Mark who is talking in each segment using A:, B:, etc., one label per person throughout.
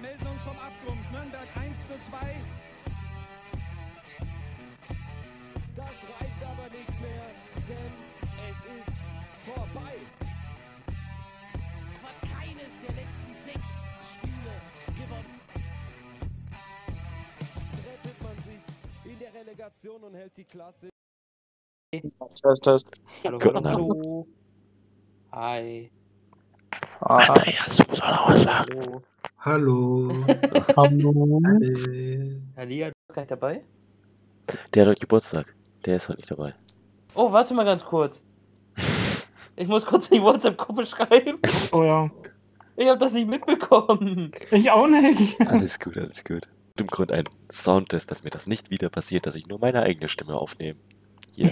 A: melden uns vom Abgrund. Nürnberg 1 zu 2.
B: Das reicht aber nicht mehr, denn es ist vorbei.
C: Hat keines der letzten sechs Spiele gewonnen.
B: Rettet man sich in der Relegation und hält die Klasse.
D: Test, Test.
E: Hallo,
D: Genau.
E: hallo, hallo. Hi.
D: Ah,
E: Hallo.
F: Hallo.
D: hallo.
F: Alle.
E: Halia, du bist gar nicht dabei?
G: Der hat heute Geburtstag. Der ist heute nicht dabei.
E: Oh, warte mal ganz kurz. Ich muss kurz in die WhatsApp-Gruppe schreiben.
H: Oh ja.
E: Ich habe das nicht mitbekommen.
H: Ich auch nicht.
G: Alles gut, alles gut. Dem Grund ein Soundtest, dass mir das nicht wieder passiert, dass ich nur meine eigene Stimme aufnehme. Hier.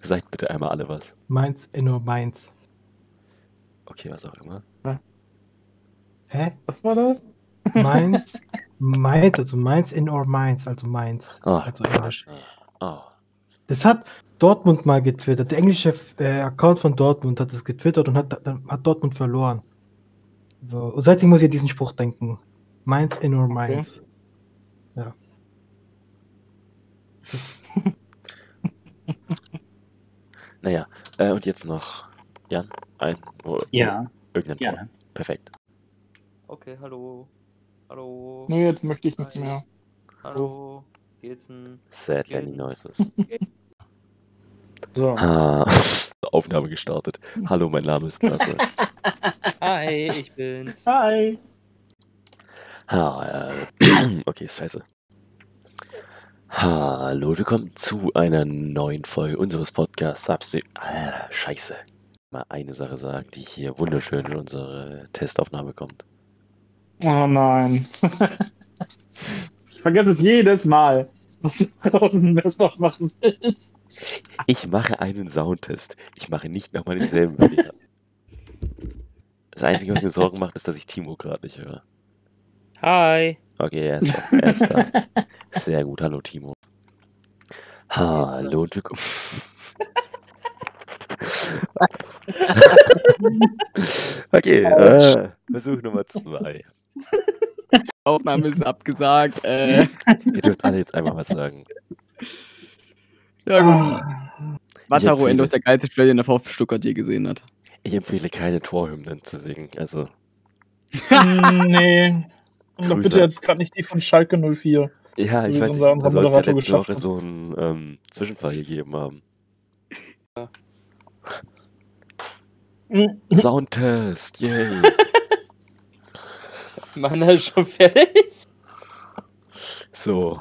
G: Sagt bitte einmal alle was.
F: Mainz, Enno, Mainz.
G: Okay, was auch immer.
F: Hä?
H: Was war das?
F: Mainz? Mainz, also Mainz in or Mainz, also Mainz.
G: Oh.
F: Also Englisch.
G: Oh.
F: Das hat Dortmund mal getwittert. Der englische äh, Account von Dortmund hat es getwittert und hat, dann hat Dortmund verloren. So, und seitdem muss ich an diesen Spruch denken. Mainz in or Mainz. Ja.
G: Naja, äh, und jetzt noch Jan? Ein oder
I: Ja,
G: irgendein
I: gerne.
G: Wort. Perfekt.
E: Okay, hallo. Hallo.
H: Nö, jetzt möchte ich nicht mehr.
E: Hallo. Geht's denn?
G: Sad Lenny Noises.
I: So,
G: Ah, Aufnahme gestartet. Hallo, mein Name ist Lasse.
E: Hi, ich bin's.
H: Hi.
G: Ha, äh, okay, ist scheiße. Hallo, willkommen zu einer neuen Folge unseres Podcasts. Substi ah, scheiße. Mal eine Sache sagen, die hier wunderschön in unsere Testaufnahme kommt.
H: Oh nein. ich vergesse es jedes Mal, was du draußen im Best noch machen willst.
G: Ich mache einen Soundtest. Ich mache nicht nochmal denselben Fehler. Das Einzige, was mir Sorgen macht, ist, dass ich Timo gerade nicht höre.
E: Hi.
G: Okay, er ist, er ist da. Sehr gut, hallo Timo. Hallo und willkommen. okay, äh, Versuch Nummer zwei.
J: Aufnahme ist abgesagt. Äh,
G: Ihr dürft alle jetzt einmal was sagen.
J: ja, gut. Wataru
G: empfehle-
J: Endo ist der geilste Spieler, den der VfB Stuttgart je gesehen hat.
G: Ich empfehle keine Torhymnen zu singen. Also,
H: Hm, nee. Und doch
G: Grüße.
H: bitte jetzt gerade nicht die von Schalke 04.
G: ja, ich
H: Wie
G: weiß nicht,
H: unser
G: da soll es ja
H: Moderator
G: letzte
H: geschafft
G: Woche
H: hat.
G: so einen ähm, Zwischenfall gegeben haben.
H: Hm,
G: Soundtest, yay.
E: Meiner ist schon fertig.
G: So.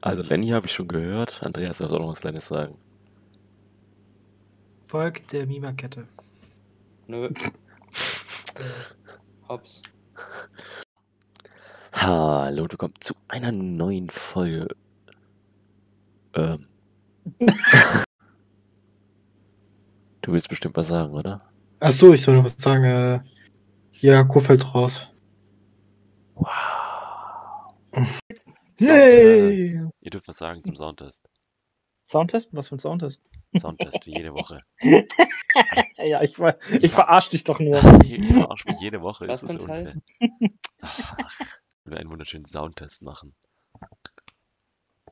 G: Also, Lenny habe ich schon gehört. Andreas darf auch noch was Kleines sagen.
F: Folgt der Mima-Kette.
E: Nö. Hops.
G: Hallo, und willkommen zu einer neuen Folge. Ähm. du willst bestimmt was sagen, oder?
F: Achso, ich soll noch was sagen. Äh, ja, Kofeld raus.
H: Yay.
G: Soundtest. Ihr dürft was sagen zum Soundtest.
H: Soundtest? Was für ein Soundtest?
G: Soundtest wie jede Woche.
H: Ja, ich, ver- ich verarsch dich doch nur.
G: Ich, ich verarsch mich jede Woche,
E: Was
G: ist das
E: für ein Teil?
G: unfair. Ach, wenn wir einen wunderschönen Soundtest machen.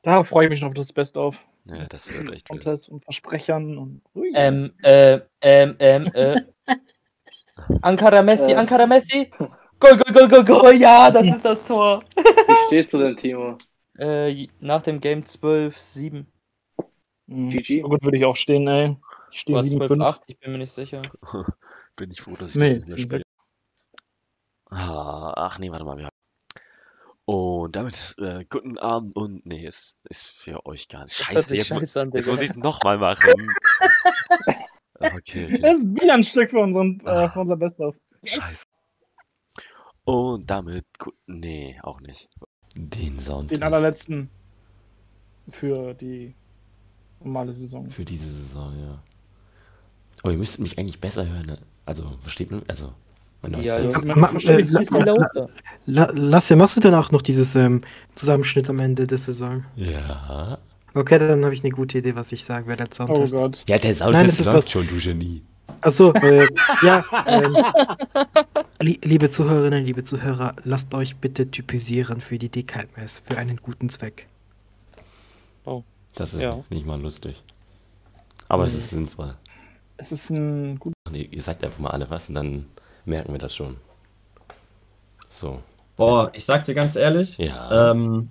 H: Da freue ich mich schon auf das Best auf.
G: Ja, das wird echt wild.
H: Soundtest und Versprechern und. Ui.
E: Ähm, ähm, ähm, ähm, äh. Ankara Messi,
K: Äh.
E: Ankara Messi. Goal, goal, goal, goal, goal. Ja, das ist das Tor.
K: Wie stehst du denn, Timo?
E: Äh, nach dem Game 12-7.
H: Hm.
K: GG.
H: So gut würde ich auch stehen, ey. Ich stehe
E: Oder
H: 7-5.
E: 12-8, ich bin mir nicht sicher.
G: Bin ich froh, dass ich
H: Nee,
G: das nicht mehr
H: wie
G: spiele.
H: gesagt.
G: Ah, ach nee, warte mal. Wir haben... Und damit, äh, guten Abend und nee, es ist für euch gar nicht.
E: Das hört
G: Scheiße,
E: sich
G: jetzt, mu-
E: scheiße an,
G: Jetzt
E: Digga.
G: muss ich es nochmal machen. Okay,
H: Das ist wieder ein Stück für unseren, äh, für unser Best auf.
G: scheiße. Und damit, gu- nee, auch nicht. Den Sound
H: Den allerletzten für die normale Saison.
G: für diese Saison, ja. Aber ihr müsstet mich eigentlich besser hören. Also, versteht man? Also, mein
E: neues Ja, Sound-
H: Also,
E: ja.
H: man- man-
F: Äh,
E: Ein bisschen lauter.
F: La Lasse, machst du denn auch noch dieses ähm, Zusammenschnitt am Ende der Saison?
G: Ja.
F: Okay, dann habe ich eine gute Idee, was ich sagen werde als
H: Oh
F: Soundtest.
H: Gott.
G: Ja, der Sound
F: Nein, das ist was-
G: schon, du Genie.
F: Achso, äh, ja, ähm, Lie- Liebe Zuhörerinnen, liebe Zuhörer, lasst euch bitte typisieren für die DKMS, für einen guten Zweck.
G: Das ist
H: Ja.
G: nicht mal lustig. Aber es ist sinnvoll.
H: Es ist ein gut.
G: Nee, ihr sagt einfach mal alle was und dann merken wir das schon. So.
L: Boah, ich sag dir ganz ehrlich,
G: Ja.
L: ähm,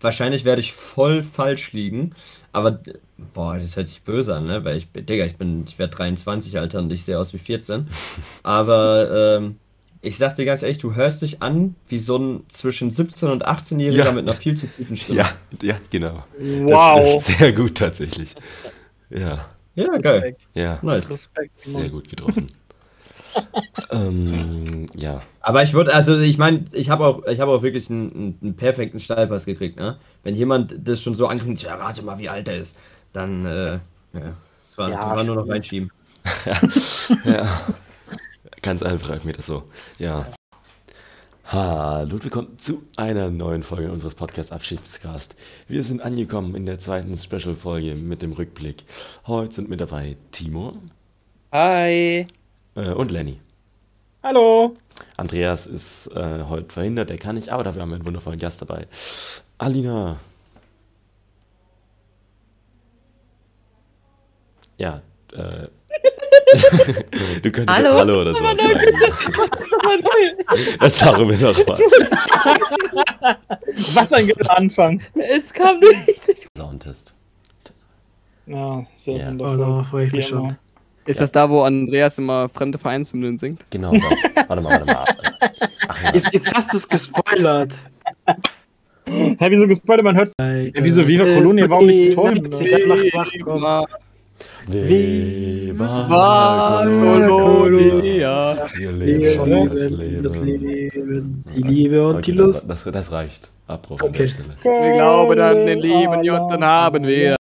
L: wahrscheinlich werde ich voll falsch liegen, aber d- boah, das hört sich böse an, ne? Weil ich, bin- Digga, ich bin, ich werde 23, Alter, und ich sehe aus wie 14. aber ähm, ich sag dir ganz ehrlich, du hörst dich an wie so ein zwischen 17 und 18-Jähriger
G: Ja.
L: mit einer viel zu tiefen Stimme.
G: Ja, ja, genau.
L: Wow.
G: Das trifft sehr gut tatsächlich. Ja.
L: Ja, geil.
G: Ja.
L: Nice.
G: Sehr gut getroffen. ähm, ja.
L: Aber ich würde, also ich meine, ich habe auch, ich habe auch wirklich einen, einen, einen perfekten Steilpass gekriegt, ne? Wenn jemand das schon so ankündigt, ja, rate mal, wie alt er ist, dann, äh, ja, es war,
G: Ja,
L: war nur noch reinschieben.
G: ja. Ganz einfach ich mir das so. Ja. Hallo und willkommen zu einer neuen Folge unseres Podcasts Abschiedscast. Wir sind angekommen in der zweiten Special-Folge mit dem Rückblick. Heute sind mit dabei Timo
E: Hi.
G: äh, und Lenny.
H: Hallo.
G: Andreas ist äh, heute verhindert, er kann nicht, aber dafür haben wir einen wundervollen Gast dabei. Alina. Ja, äh. du könntest jetzt Hallo oder sowas sagen. Das sagen wir nochmal.
H: Was ein guter Anfang.
E: Es kam nicht.
G: Soundtest.
H: Ja, sehr
G: Ja.
F: Oh,
H: wundervoll. Wie immer.
J: Ist das da, wo Andreas immer fremde Vereinshymnen singt?
G: Genau das. Warte mal, warte mal.
F: Jetzt, jetzt hast du es gespoilert.
H: Hä, wieso gespoilert? Man hört
F: Hä,
H: wieso? Viva Colonia, warum nicht toll?
J: Viva
G: Viva
J: Colonia.
G: Wir
F: Leben,
G: leben das
F: leben,
G: Leben.
F: das Leben, die Liebe und die Lust.
G: Das, das reicht. Abbruch an der Stelle.
H: Ah,
J: Wir glauben an den lieben Gott, dann haben wir.